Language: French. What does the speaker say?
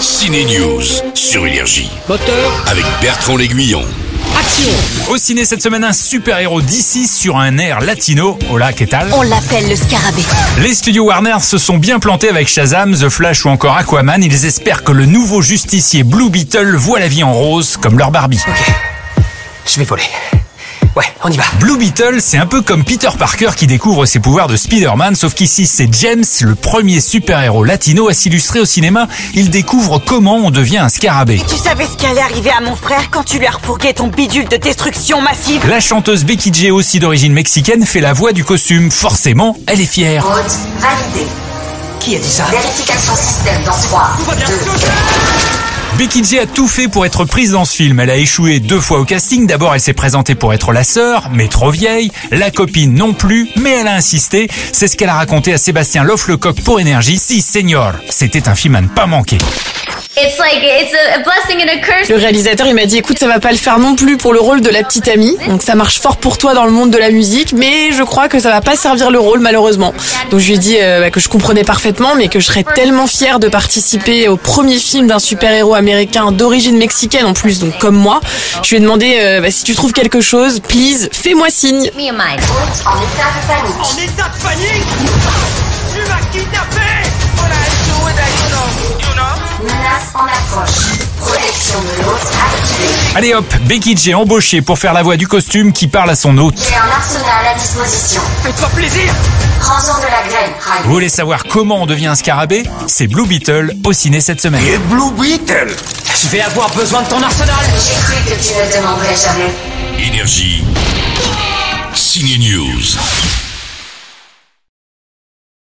Ciné News sur Énergie Moteur, avec Bertrand L'Aiguillon. action Au ciné cette semaine, un super-héros d'ici sur un air latino. Hola, que tal On l'appelle le scarabée. Les studios Warner se sont bien plantés avec Shazam, The Flash ou encore Aquaman. Ils espèrent que le nouveau justicier Blue Beetle voit la vie en rose comme leur Barbie. Je vais voler. Ouais, on y va. Blue Beetle, c'est un peu comme Peter Parker qui découvre ses pouvoirs de Spider-Man, sauf qu'ici c'est James, le premier super-héros latino à s'illustrer au cinéma. Il découvre comment on devient un scarabée. Tu savais ce qui allait arriver à mon frère quand tu lui as refourgué ton bidule de destruction massive La chanteuse Becky G, aussi d'origine mexicaine, fait la voix du costume. Forcément, elle est fière. Code validé. Qui a dit ça Vérification système dans 3, 2, Becky G a tout fait pour être prise dans ce film. Elle a échoué deux fois au casting. D'abord, elle s'est présentée pour être la sœur, mais trop vieille. La copine non plus, mais elle a insisté. C'est ce qu'elle a raconté à Sébastien Lofflecoq pour Énergie. Si, senior, c'était un film à ne pas manquer. It's like it's a, a blessing and a curse. Le réalisateur, il m'a dit écoute, ça va pas le faire non plus pour le rôle de la petite amie. Donc ça marche fort pour toi dans le monde de la musique, mais je crois que ça va pas servir le rôle malheureusement. Donc je lui ai dit euh, bah, que je comprenais parfaitement, mais que je serais tellement fière de participer au premier film d'un super-héros américain d'origine mexicaine en plus, donc comme moi. Je lui ai demandé euh, bah, si tu trouves quelque chose, please, fais-moi signe. Me and mine. Haute en état de panique. en état de panique Tu m'as kidnappé On a joué d'ailleurs, you know Menace en approche. Protection de l'hôte activée. Allez hop, Becky G embauchée pour faire la voix du costume qui parle à son hôte. J'ai un arsenal à disposition. Fais-toi plaisir Prends-en de la graine, Ryan. Vous voulez savoir comment on devient un scarabée C'est Blue Beetle au ciné cette semaine. Je vais avoir besoin de ton arsenal J'ai cru que tu ne demanderais jamais. Énergie. Ciné News.